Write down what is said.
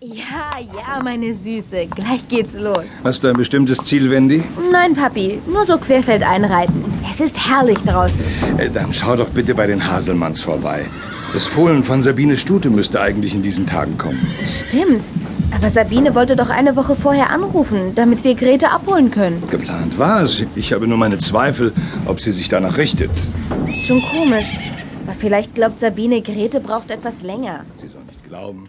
Ja, ja, meine Süße. Gleich geht's los. Hast du ein bestimmtes Ziel, Wendy? Nein, Papi. Nur so querfeld einreiten. Es ist herrlich draußen. Äh, Dann schau doch bitte bei den Haselmanns vorbei. Das Fohlen von Sabine Stute müsste eigentlich in diesen Tagen kommen. Stimmt. Aber Sabine wollte doch eine Woche vorher anrufen, damit wir Grete abholen können. Geplant war es. Ich habe nur meine Zweifel, ob sie sich danach richtet. Ist schon komisch. Aber vielleicht glaubt Sabine, Grete braucht etwas länger. Sie soll nicht glauben.